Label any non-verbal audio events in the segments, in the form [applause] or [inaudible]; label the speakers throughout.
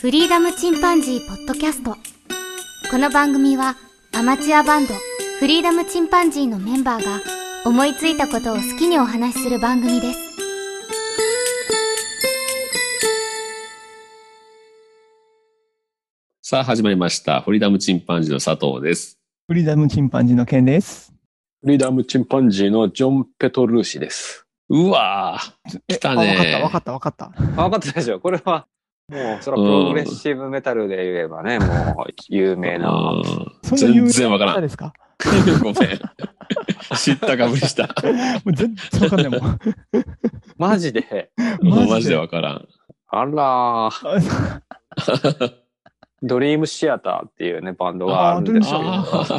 Speaker 1: フリーダムチンパンジーポッドキャスト。この番組はアマチュアバンドフリーダムチンパンジーのメンバーが思いついたことを好きにお話しする番組です。
Speaker 2: さあ、始まりました。フリーダムチンパンジーの佐藤です。
Speaker 3: フリーダムチンパンジーの件です。
Speaker 4: フリーダムチンパンジーのジョン・ペトルーシです。
Speaker 2: うわぁ、
Speaker 3: え
Speaker 2: 来たね
Speaker 3: あわかった、わかった、わかった。
Speaker 4: あ、分かったでしょ。これは、もう、それはプログレッシブメタルで言えばね、もう、有名な。
Speaker 2: う
Speaker 3: そんな有
Speaker 2: 全
Speaker 3: 名
Speaker 2: 然わから
Speaker 3: なん
Speaker 2: ん。
Speaker 3: ですか
Speaker 2: ごめん。 [laughs] 知ったかぶりした。
Speaker 3: もう全然わかんない
Speaker 2: [laughs]
Speaker 3: もん。
Speaker 4: マジで。
Speaker 2: もう
Speaker 3: マ
Speaker 2: マ
Speaker 3: ジ
Speaker 2: ジ
Speaker 3: で
Speaker 2: でわからん。
Speaker 4: あらー、ドリームシアターっていうね、バンドがあるんですけど、
Speaker 2: あー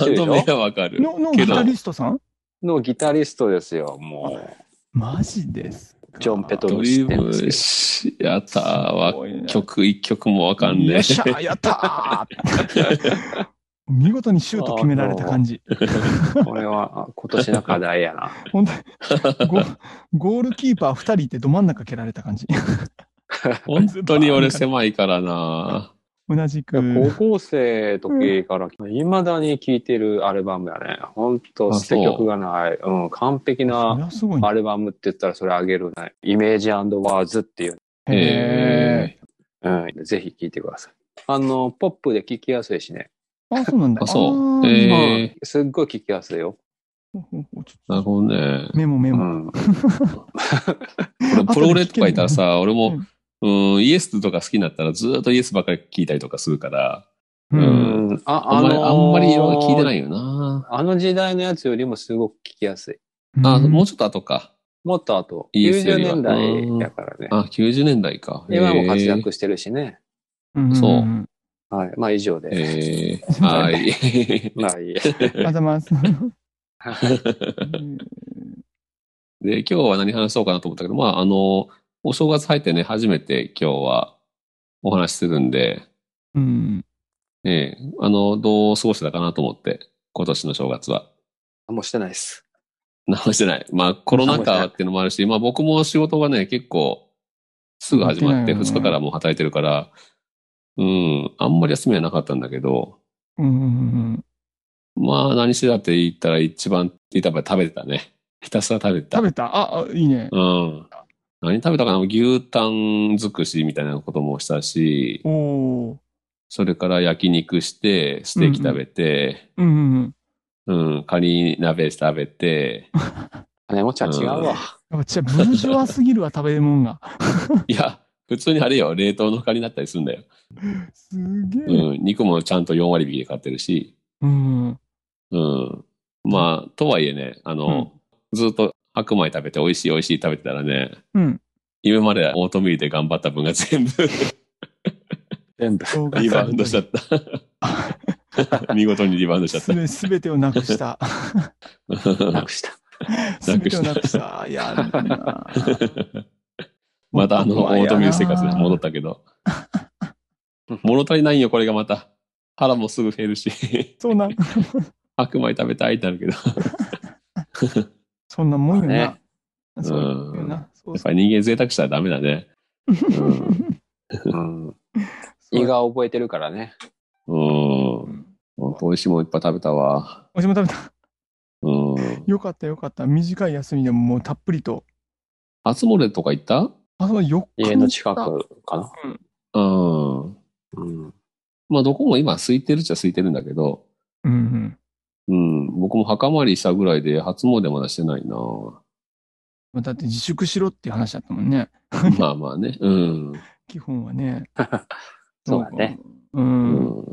Speaker 2: バンド名はわかる。
Speaker 3: の、の
Speaker 2: け
Speaker 3: ギ
Speaker 2: ど
Speaker 3: タリストさん
Speaker 4: のギタリストですよ、も
Speaker 3: マジですか。
Speaker 4: ジョンペトル
Speaker 2: ドリームシアター
Speaker 3: す
Speaker 2: は
Speaker 3: ごいね
Speaker 2: 曲、一曲もわかん
Speaker 3: よ
Speaker 2: ね
Speaker 3: っしゃ、やった
Speaker 2: [laughs]
Speaker 3: ー見事にシュート決められた感じ。
Speaker 4: う、これは今年の課題 [laughs] やな。
Speaker 3: 本当にゴゴールキーパー2人いてど真ん中蹴られた感じ。
Speaker 2: え。本当に俺狭いからな
Speaker 3: 同じく。
Speaker 4: 高校生の時から、いまだに聴いてるアルバムやね。ほんと、
Speaker 2: あ
Speaker 4: 捨て曲がない。うん、完璧な
Speaker 3: それ。はすごいね
Speaker 4: アルバムって言ったらそれあげるね。イメージワーズっていう。
Speaker 3: へ
Speaker 2: え
Speaker 4: うん。ぜひ聴いてください。あの、ポップで聴きやすいしね。
Speaker 3: ー。あ、そうなんだ。
Speaker 2: あそう
Speaker 3: あー
Speaker 2: へえー
Speaker 4: うんすっごい聴きやすいよ。
Speaker 3: ほうほうほうちょっ
Speaker 2: ー。なるほどね
Speaker 3: と。メモメ
Speaker 4: う
Speaker 3: モ。
Speaker 4: ん。
Speaker 2: 俺、プロレとかいたらさ、俺
Speaker 3: う
Speaker 2: も
Speaker 3: ん、
Speaker 2: うん、イエスとか好きになったらずーっとイエスばっかり聞いたりとかするから、
Speaker 3: う。
Speaker 2: うん
Speaker 4: うんあ、。
Speaker 2: あんまり、あんまりいろいろ聞いてないいよな
Speaker 4: あの時代のやつよりもすごく聴きやすい。
Speaker 2: あ、
Speaker 3: うん
Speaker 2: もうちょっと後か。
Speaker 4: もっと後、
Speaker 2: いいですよ
Speaker 4: 90年代やからね。
Speaker 2: あ、90年代か。
Speaker 4: 今も活
Speaker 2: へ
Speaker 4: 躍してるしね。
Speaker 3: うん
Speaker 2: そうん
Speaker 4: はい。まあ以上で。
Speaker 2: え。へえ [laughs] はい。
Speaker 4: まあいいや。 [laughs]
Speaker 3: ありがとうございます。
Speaker 2: で、今日は何話そうかなと思ったけど、まあ、あの、お正月入ってね、初めて今日はお話しするんで、
Speaker 3: うん。
Speaker 2: ええ、あの、どう過ごしてたかなと思って、今年の正月は。
Speaker 4: あもうしてないです。
Speaker 2: 何もしてない。まあ、コロナ禍っていうのもあるし、まあ僕も仕事がね、結構、すぐ始まって、
Speaker 3: やってないよね
Speaker 2: 2日からもう働いてるから、うん、あんまり休みはなかったんだけど、
Speaker 3: うんうん。
Speaker 2: まあ何してたって言ったら一番って言ったらやっぱり食べてたね。ひたすら食べてた。
Speaker 3: 食べたあ、あいいね。
Speaker 2: うん。何食べたかな牛タン尽くしみたいなこともしたし
Speaker 3: お、おー。
Speaker 2: それから焼肉して、ステーキ食べて、
Speaker 3: うんうんうん。
Speaker 2: うん、カニ鍋食べ
Speaker 3: [laughs]
Speaker 2: て、
Speaker 4: 金持ちは違うわ。
Speaker 3: やっぱ、じゃブルジョワすぎるわ、食べ物が。
Speaker 2: いや、普通にあれよ、冷凍のカニだったりするんだよ。
Speaker 3: すげえ。
Speaker 2: うん、肉もちゃんと4割引きで買ってるし、
Speaker 3: うん。
Speaker 2: うん。まあ、とはいえね、あの、ずっと白米食べて美味しい美味しい食べてたらね、
Speaker 3: うん。
Speaker 2: 今までオートミールで頑張った分が全部
Speaker 4: 全部。
Speaker 3: そうか
Speaker 2: リバウンドしちゃった。見事にリバウンドしちゃっ
Speaker 3: すべすべてをなくした。
Speaker 4: な
Speaker 2: た。
Speaker 4: くした。
Speaker 3: すべてをなくした。いや、いいな
Speaker 2: またあの、オ
Speaker 3: 怖い
Speaker 2: ー
Speaker 3: よな
Speaker 2: トミール生活に戻ったけど。物足りないよ、これがまた。腹もすぐ減るし、
Speaker 3: そんな、
Speaker 2: 白米食べたいってなるけど。
Speaker 3: そんなもんよな
Speaker 4: ね。
Speaker 3: そうよな。そう
Speaker 2: やっぱり人間贅沢したらダメだね。うん
Speaker 4: うん。胃が覚えてるからね。
Speaker 2: うん
Speaker 3: う。ん
Speaker 2: 本当美味しいもんいっぱい食べたわ。
Speaker 3: 私も食べた。
Speaker 2: うん。
Speaker 3: よかったよかった。短い休みでももうたっぷりと。
Speaker 2: 初詣とか行った
Speaker 3: あ、そう、4日
Speaker 4: 家の近くかな。
Speaker 2: うん。
Speaker 4: うん。
Speaker 2: まあどこも今空いてるっちゃ空いてるんだけど、
Speaker 3: うんうん。
Speaker 2: うん。僕も墓参りしたぐらいで初詣まだしてない
Speaker 4: [laughs]
Speaker 2: な。
Speaker 3: まあだって自粛しろっていう話だったもんね。
Speaker 2: まあまあね。うん。
Speaker 3: 基本
Speaker 2: [laughs]
Speaker 3: はね。
Speaker 4: そうだね。
Speaker 3: う。
Speaker 2: うんん。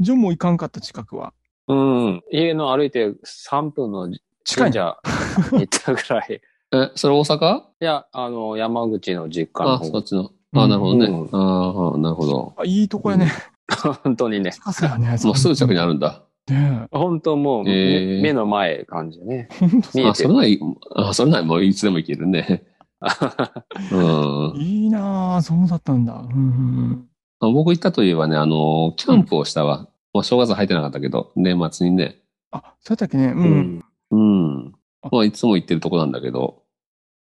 Speaker 3: ジョンも行かんかった近くは。
Speaker 4: うん。家の歩いて3分の
Speaker 3: 近い
Speaker 4: 神
Speaker 3: じゃん。
Speaker 4: 社行ったぐらい。
Speaker 2: え、それ大阪
Speaker 4: いや、あの、山口の実家の
Speaker 2: あ、
Speaker 4: 方
Speaker 2: そっちの。あ、なるほど
Speaker 4: うん
Speaker 2: ね。ああ、なるほど。
Speaker 3: あ、いいとこやね。
Speaker 4: 本当にね。
Speaker 3: 近さ
Speaker 2: [laughs]
Speaker 3: やね。
Speaker 2: もうすぐ近くにあ
Speaker 3: る。
Speaker 2: るんだ。
Speaker 3: ね
Speaker 4: 本当もう、
Speaker 2: えー
Speaker 4: 目の前感じね。
Speaker 3: え。ほんと
Speaker 4: 見え
Speaker 2: あ、
Speaker 4: て
Speaker 2: そ
Speaker 4: る
Speaker 2: れ。ならいい、あ、それならもういつでも行ける
Speaker 4: [laughs]
Speaker 2: ね。うん。
Speaker 3: いいなあそうだったんだ。うんうん
Speaker 2: あ僕行ったといえばね、あの、キャンプをしたわ。まあ正月入ってなかったけど、年末にね。
Speaker 3: あ、そうやったっけね。う
Speaker 4: う
Speaker 3: ん。。
Speaker 2: うん。
Speaker 3: あ
Speaker 2: まあ、いつも行ってるとこなんだけど、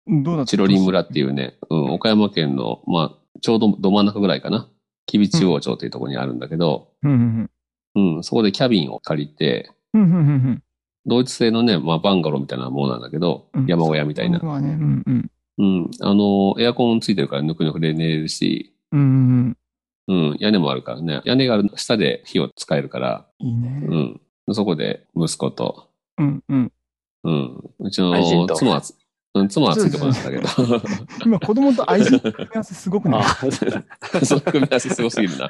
Speaker 3: どうだった
Speaker 2: チロリン村っていうね、うん、岡山県の、まあ、ちょうどど真ん中ぐらいかな。吉備中央町というところにあるんだけど、
Speaker 3: うんうん
Speaker 2: うん、そこでキャビンを借りて、
Speaker 3: うんうんうんうん
Speaker 2: ドイツ製のね、まあ、バンガローみたいなものなんだけど、
Speaker 3: うん
Speaker 2: 山小屋みたいな
Speaker 3: 僕。はね、うんうん。
Speaker 2: うん。あの、エアコンついてるからぬくぬくで寝れるし、
Speaker 3: うんうん
Speaker 2: うん、屋根もあるからね。屋根がある下で火を使えるから、
Speaker 3: うん。いいね。
Speaker 2: うん。そこで息子と、
Speaker 3: うんうん。
Speaker 2: うん。うち
Speaker 4: 愛人
Speaker 2: の
Speaker 4: と
Speaker 2: 妻はつ、うん、妻はついてこなかったけど。
Speaker 3: 今、子供と愛人の組み合わせすごくね。
Speaker 4: あ [laughs]
Speaker 2: その組み合わせすごすぎるな。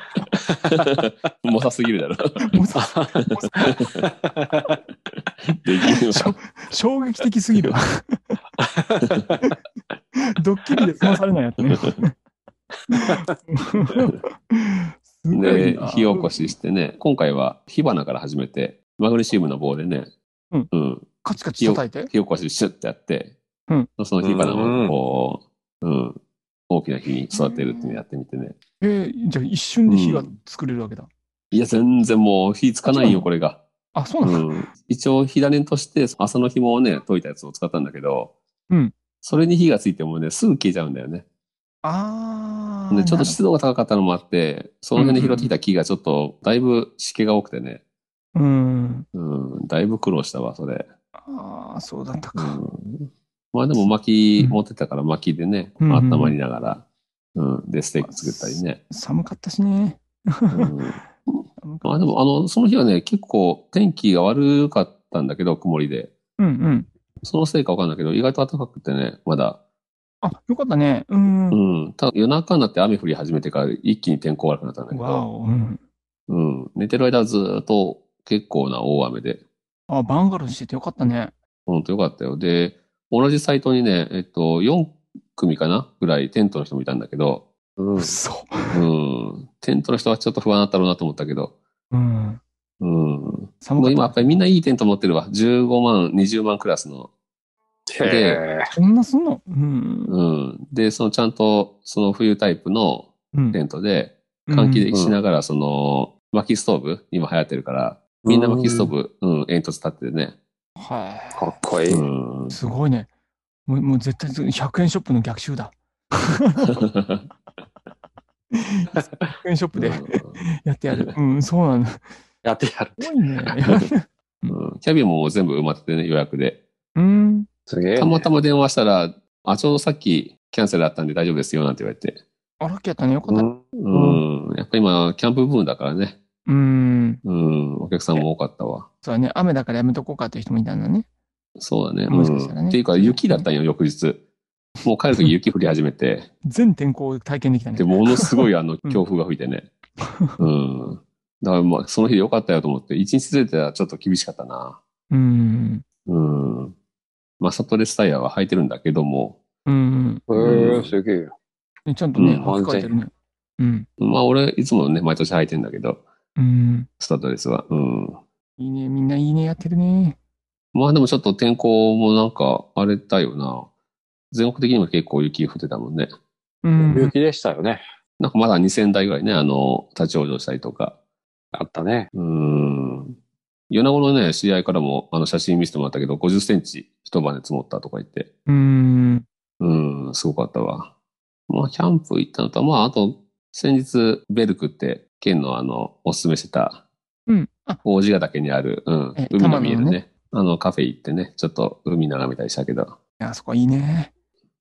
Speaker 2: [laughs] もさすぎる
Speaker 4: [laughs]
Speaker 2: だろ。
Speaker 3: もうさ、
Speaker 2: できるわ
Speaker 3: 衝撃的すぎるわ。ドッキリで済まされないやつね。すごいな
Speaker 2: で、火起こししてね、今回は火花から始めて、マグネシウムの棒でね、
Speaker 3: うん
Speaker 2: うん、
Speaker 3: カチカチ叩いて。
Speaker 2: 火起こしシュッてやって、
Speaker 3: うん
Speaker 2: その火花をこう、うん、大きな火に育てるっていうのやってみてね。
Speaker 3: えーじゃあ一瞬で火が作れるわけだ。
Speaker 2: いや、全然もう火つかないよ、これが。
Speaker 3: あ、そう
Speaker 2: う
Speaker 3: なの
Speaker 2: ん、一応火種として、朝の紐をね、溶いたやつを使ったんだけど、
Speaker 3: うん
Speaker 2: それに火がついてもね、すぐ消えちゃうんだよね。
Speaker 3: あー。
Speaker 2: で、ちょっと
Speaker 3: な
Speaker 2: 湿度が高かったのもあって、その辺で拾ってきた木がちょっと、だいぶ湿気が多くてね、
Speaker 3: るほどうん。
Speaker 2: うん、だいぶ苦労したわ、それ。
Speaker 3: ああ、そうだった
Speaker 2: う
Speaker 3: か。
Speaker 2: んまあでも薪持ってたから薪でね、
Speaker 3: うん
Speaker 2: 温まりながら、うん、で、ステーキ作ったりね。
Speaker 3: 寒かったしね。
Speaker 2: うん
Speaker 3: 寒か
Speaker 2: ま
Speaker 3: っ
Speaker 2: あでも、あの、その日はね、結構天気が悪かったんだけど、曇りで。
Speaker 3: たうんうん。
Speaker 2: そのせいかわかんないけど、意外と暖かくてね、まだ。
Speaker 3: あ、よかったね。うん。
Speaker 2: う
Speaker 3: わ
Speaker 2: ん。ただ夜中になって雨降り始めてから一気に天候悪くなったんだけど、
Speaker 3: お。うん
Speaker 2: うん。寝てる間はずーっと結構な大雨で、
Speaker 3: あ、バンガローしててよかったね。
Speaker 2: ほんとよかったよ。で、同じサイトにね、えっと、4組かなぐらいテントの人もいたんだけど、うん。
Speaker 3: そ
Speaker 2: うん。テントの人はちょっと不安だったろうなと思ったけど。
Speaker 3: うん。
Speaker 2: うん。も
Speaker 3: 寒か
Speaker 2: う
Speaker 3: った。
Speaker 2: 今やっぱりみんないいテント持ってるわ。15万、20万クラスの。
Speaker 4: へ
Speaker 3: そんなすんのうん。
Speaker 2: うん。で、そのちゃんと、その冬タイプの
Speaker 3: うん
Speaker 2: テントで、換気でしながら、その、薪ストーブ、今流行ってるから、みんな薪ストーブ、うん、煙突立っててね。
Speaker 3: は
Speaker 4: ーかっこいい。
Speaker 2: うん
Speaker 3: い。。すごいね。もうもう絶対100円ショップの逆襲だ。100円ショップでやってやる。うん、そうなんだ。す
Speaker 4: やってやる。
Speaker 3: ごいね。
Speaker 2: うんキャビンも全部埋まっててね、予約で。
Speaker 3: [laughs] うん。
Speaker 4: すげえね。
Speaker 2: たまたま電話したら、あ、ちょうどさっきキャンセルあったんで大丈夫ですよ、なんて言われて。
Speaker 3: あ、ラッキーやったね。よかった
Speaker 4: う
Speaker 3: ね。
Speaker 4: ん
Speaker 2: うん。やっぱ今、キャンプブームだからね。
Speaker 3: うん。
Speaker 2: うん。お客さんも多かったわ。
Speaker 3: そうだね。雨だからやめとこうかっていう人もいたんだね。
Speaker 2: そうだね。
Speaker 3: もしかしたら
Speaker 2: う
Speaker 3: ね
Speaker 2: んっていうか、雪だったんよ、翌日。もう帰るとき雪降り始めて。
Speaker 3: 全天候を体験できたね
Speaker 2: で、。ものすごいあの、
Speaker 3: うん
Speaker 2: 強風が吹いてね。うん。だからまあ、その日でよかったよと思って、一日ずれてたらちょっと厳しかったな。
Speaker 3: うん。
Speaker 2: うん。まあ、サトレスタイヤは履いてるんだけども、
Speaker 3: うん。
Speaker 4: へーすげえ。
Speaker 3: ねちゃんとね、
Speaker 2: うん
Speaker 3: 履き替えてるね。うん。
Speaker 2: まあ、俺、いつもね、毎年履いてんだけど、
Speaker 3: うん。
Speaker 2: スタッドレスは。うん。
Speaker 3: いいね。みんないいね。やってるね。
Speaker 2: まあでもちょっと天候もなんか荒れたよな。全国的にも結構雪降ってたもんね。
Speaker 3: うん。
Speaker 4: 雪でしたよね。
Speaker 2: なんかまだ2000台ぐらいね、あの、立ち往生したりとか。
Speaker 4: あったね。
Speaker 2: うーん。米子のね、知り合いからもあの写真見せてもらったけど、50センチ一晩で積もったとか言って。
Speaker 3: うん。
Speaker 2: うん、すごかったわ。まあキャンプ行ったのと、まああと、先日、ベルクって、県のあの、おすすめしてた、
Speaker 3: うん。あ、
Speaker 2: 大地ヶ岳にある、うん
Speaker 3: え、
Speaker 2: 海の見える
Speaker 3: 多摩の
Speaker 2: ね、あのカフェ行ってね、ちょっと海眺めたりしたけど。
Speaker 3: あそこいいね。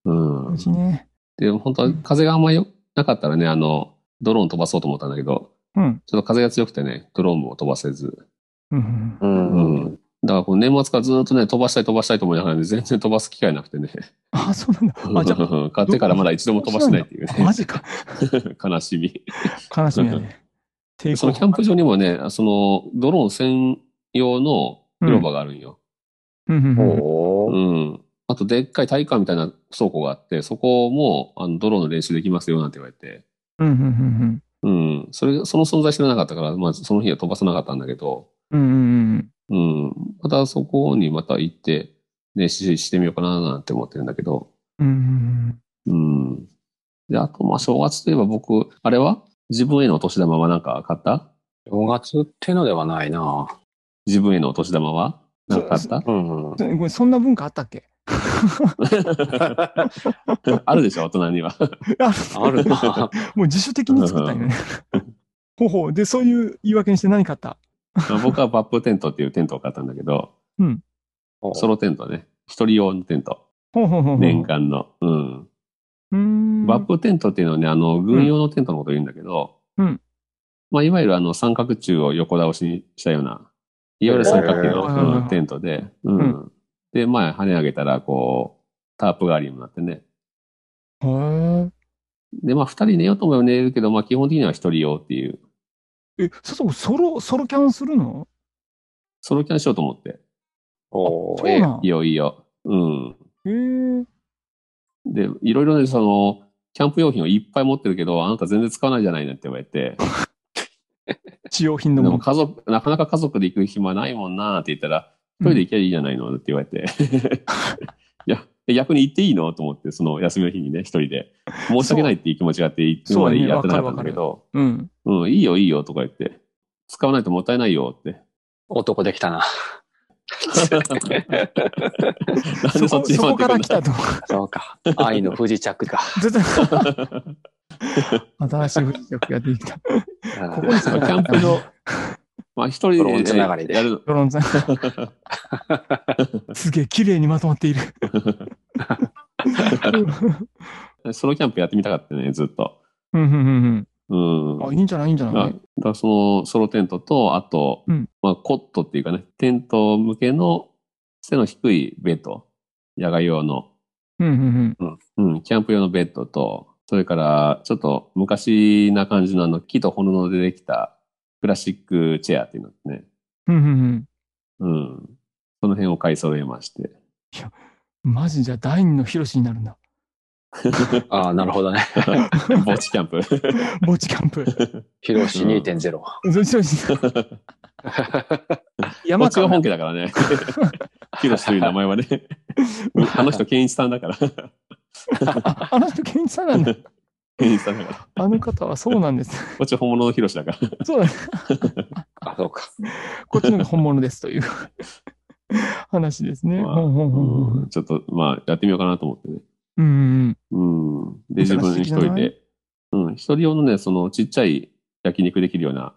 Speaker 2: うん。
Speaker 3: おうちね。
Speaker 2: で、本当は風があんまりよなかったらね、あの、ドローン飛ばそうと思ったんだけど、
Speaker 3: うん。
Speaker 2: ちょっと風が強くてね、ドローンも飛ばせず。
Speaker 3: うん。
Speaker 4: う。
Speaker 2: うんん。だからこう年末からずっとね、飛ばしたい飛ばしたいと思いながらね、全然飛ばす機会なくてね。
Speaker 3: あ、そうなんだ。あ、じゃあ、
Speaker 2: [laughs] 買ってからまだ一度も飛ばしてないっていうね
Speaker 3: マ、ジか。
Speaker 2: [laughs] 悲しみ。
Speaker 3: 悲しみだね。抵
Speaker 2: そのキャンプ場にもね、その、ドローン専用の広場があるんよ。
Speaker 3: うんうんうん
Speaker 4: お
Speaker 2: う
Speaker 4: ー。
Speaker 2: ん。あと、でっかい体育館みたいな倉庫があって、そこも、あの、ドローンの練習できますよ、なんて言われて。
Speaker 3: うんうんう
Speaker 2: う
Speaker 3: ん
Speaker 2: ん。それ、その存在知らなかったから、まあ、その日は飛ばさなかったんだけど、
Speaker 3: うんうんうん
Speaker 2: うん。またそこにまた行って、練習してみようかななんて思ってるんだけど。
Speaker 3: うんうん
Speaker 2: うん。で、あと、まあ、正月といえば僕、あれは自分へのお年玉はなんか買った
Speaker 4: 正月ってのではないな。
Speaker 2: 自分へのお年玉はなんか買った
Speaker 4: うん。
Speaker 3: うん。ごめんそんな文化あったっけ [laughs]
Speaker 2: [laughs] あるでしょ、大人には。
Speaker 4: あ
Speaker 2: [laughs]
Speaker 4: るな。
Speaker 3: もう自主的に作ったんよね。ほうほう。で、そういう言い訳にして何買った
Speaker 2: 僕はバップテントっていうテントを買ったんだけど、
Speaker 3: うん。
Speaker 2: ソロテントね。一人用のテント。
Speaker 3: ほうほうほうほう。
Speaker 2: 年間の。うん。
Speaker 3: うーん。
Speaker 2: バップテントっていうのはね、あの、軍用のテントのこと言うんだけど、
Speaker 3: うん。
Speaker 2: まあ、いわゆるあの、三角柱を横倒しにしたような、いわゆる三角形
Speaker 3: へー
Speaker 2: の、うんテントで、うん。で、まあ、跳ね上げたら、こう、タープ代わりにもなってね。
Speaker 3: へー
Speaker 2: で、まあ、二人寝ようと思えば寝れるけど、まあ、基本的には一人用っていう、
Speaker 3: え、佐藤ソロ、ソロキャンするの
Speaker 2: ソロキャンしようと思って。
Speaker 4: お
Speaker 3: そ
Speaker 4: ーえ
Speaker 3: う
Speaker 4: え
Speaker 3: なん
Speaker 2: いよいよ。うん。
Speaker 3: へえ。
Speaker 2: で、いろいろね、その、キャンプ用品をいっぱい持ってるけど、あなた全然使わないじゃないのって言われて、
Speaker 3: 使用品
Speaker 2: で
Speaker 3: の
Speaker 2: も
Speaker 3: もの。
Speaker 2: 家族、なかなか家族で行く暇ないもんなって言ったら、
Speaker 3: うん
Speaker 2: トイレ行きゃいいじゃないのって言われ
Speaker 3: [laughs]
Speaker 2: て。いや、逆に行っていいのと思って、その休みの日にね、一人で。申し訳ないっていう気持ちがあって、今までやってなかったんだけど、
Speaker 3: うん。
Speaker 2: うん、いいよいいよとか言って、使わないともったいないよって。
Speaker 4: 男できたな。 [laughs]
Speaker 2: なん
Speaker 3: そ
Speaker 2: でそっ
Speaker 3: こ、
Speaker 2: ちに
Speaker 3: そ
Speaker 2: 持
Speaker 3: こ
Speaker 2: って
Speaker 3: か
Speaker 2: く
Speaker 3: ら
Speaker 2: ん
Speaker 3: 来た
Speaker 2: だ
Speaker 3: と。
Speaker 4: そうか。愛の不時着か。
Speaker 3: 絶対
Speaker 2: [laughs]
Speaker 3: [laughs] 新しい不時着ができた。ここに
Speaker 2: まあキャンプ場、まあ一人で
Speaker 4: ドローンつながりで
Speaker 2: やる。
Speaker 3: ドロン
Speaker 4: [laughs]
Speaker 3: さん。すげえ、綺麗にまとまっている。
Speaker 2: ソロキャンプやってみたかったね、ずっと。
Speaker 3: うん、うん、うん
Speaker 2: うん。
Speaker 3: うん。あ、いいんじゃないいいんじゃ
Speaker 2: あだ
Speaker 3: な
Speaker 2: か
Speaker 3: い
Speaker 2: らそのソロテントと、あと、
Speaker 3: うん
Speaker 2: まあ、コットっていうかね、テント向けの背の低いベッド、野外用の、
Speaker 3: うん、うん、
Speaker 2: うん、キャンプ用のベッドと、それから、ちょっと昔な感じのあの、木と本物でできたクラシックチェアっていうのね、
Speaker 3: うん。うん、うん、
Speaker 2: うん、その辺を買い揃えまして。
Speaker 3: うん。マジじゃあ第二のヒロシになるんだ。
Speaker 4: ああ、なるほどね。
Speaker 2: 墓地キャンプ。
Speaker 3: 墓地キャンプ。
Speaker 4: ヒロシ2.0。
Speaker 3: そうそう
Speaker 4: [laughs]
Speaker 3: そう
Speaker 2: 墓
Speaker 3: 山
Speaker 2: 地
Speaker 3: か
Speaker 2: が
Speaker 3: ら
Speaker 2: 本家だ [laughs] からね。ヒロシという名前はね。あの人、ケンイチさんだから。
Speaker 3: ああの人、ケンイチさんなんだ。
Speaker 2: ケンイチさんだから。
Speaker 3: あの方はそうなん
Speaker 4: [laughs]
Speaker 3: です。
Speaker 2: こっち本物のヒロシだから。
Speaker 3: そうだね。
Speaker 4: あ、そうか。
Speaker 3: こっちの方が本物ですという話ですね。
Speaker 2: まあ
Speaker 3: ほんほんほんほん
Speaker 2: うんちょっと、まあ、やってみようかなと思ってね。
Speaker 3: うんうん
Speaker 2: うん。で、
Speaker 3: みた
Speaker 2: 自
Speaker 3: らし
Speaker 2: 分一
Speaker 3: 的なの
Speaker 2: 人で。うん。一人用のね、そのちっちゃい焼肉できるような、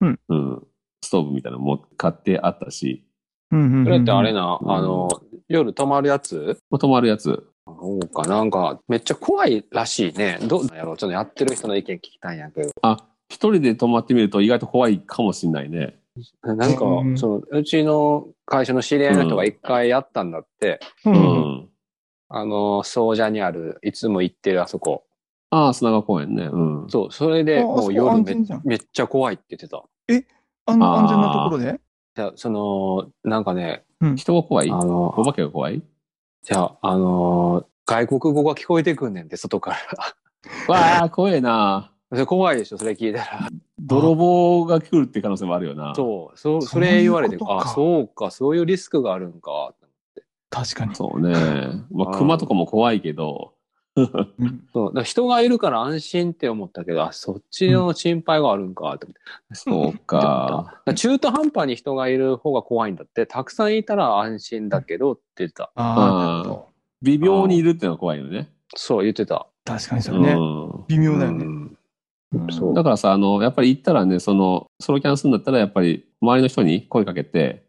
Speaker 3: うん。
Speaker 2: ストーブみたいなのも買ってあったし、
Speaker 3: うんうん。
Speaker 4: それってあれ
Speaker 3: な。
Speaker 4: な、
Speaker 2: うん
Speaker 4: あの、夜泊まるやつ
Speaker 2: まあ、泊まるやつ。
Speaker 4: そうか、なんか、めっちゃ怖いらしいね。どうなんやろうちょっとやってる人の意見聞きたいんやけど。
Speaker 2: あ、一人で泊まってみると意外と怖いかもしんないね。
Speaker 4: なんか、
Speaker 3: うん
Speaker 4: その、うちの会社の知り合いの人が一回やったんだって、
Speaker 3: うん
Speaker 2: う
Speaker 3: うんうん
Speaker 2: ん。
Speaker 4: あの、総社にある、いつも行ってるあそこ。
Speaker 2: ああ、砂川公園ね。うん。
Speaker 4: そう、それで、
Speaker 3: あ
Speaker 4: も
Speaker 3: そうこ
Speaker 4: 夜
Speaker 3: 安
Speaker 4: め
Speaker 3: 全じゃん。
Speaker 4: めっちゃ怖いって言ってた。
Speaker 3: あんな安全なところで
Speaker 4: じゃあその、なんかね、
Speaker 2: 人が怖い
Speaker 4: あの、
Speaker 2: お化けが怖い
Speaker 4: じゃあ、あのー外国語が聞こえてくんねんって、外から。 [laughs]
Speaker 2: わあ、怖えな。
Speaker 4: それ怖いでしょ、それ聞いたら。
Speaker 2: 泥棒が来るって可能性もあるよな。
Speaker 4: そう、そ
Speaker 3: そう
Speaker 4: う、それ言われて
Speaker 3: いうこ、とか
Speaker 4: あ、そうか、そういうリスクがあるんか。
Speaker 3: 確かに。
Speaker 2: そうね。ま
Speaker 4: あ
Speaker 2: あ、
Speaker 4: ー
Speaker 2: 熊とかも怖いけど、
Speaker 3: うん
Speaker 4: そう、だから人がいるから安心って思ったけど、あ、そっちの心配があるんか、って思って。
Speaker 2: そう
Speaker 4: だ
Speaker 2: か。
Speaker 4: から中途半端に人がいる方が怖いんだって、たくさんいたら安心だけどって言ってた。
Speaker 3: ああ、なるほど。
Speaker 2: 微妙にいるってのが怖いよね。
Speaker 4: そう言ってた。
Speaker 3: 確かにそれね。
Speaker 2: う。
Speaker 3: 微妙だよね。
Speaker 4: うんそうん
Speaker 2: だからさ、あの、やっぱり行ったらね、その、ソロキャンするんだったら、やっぱり周りの人に声かけて、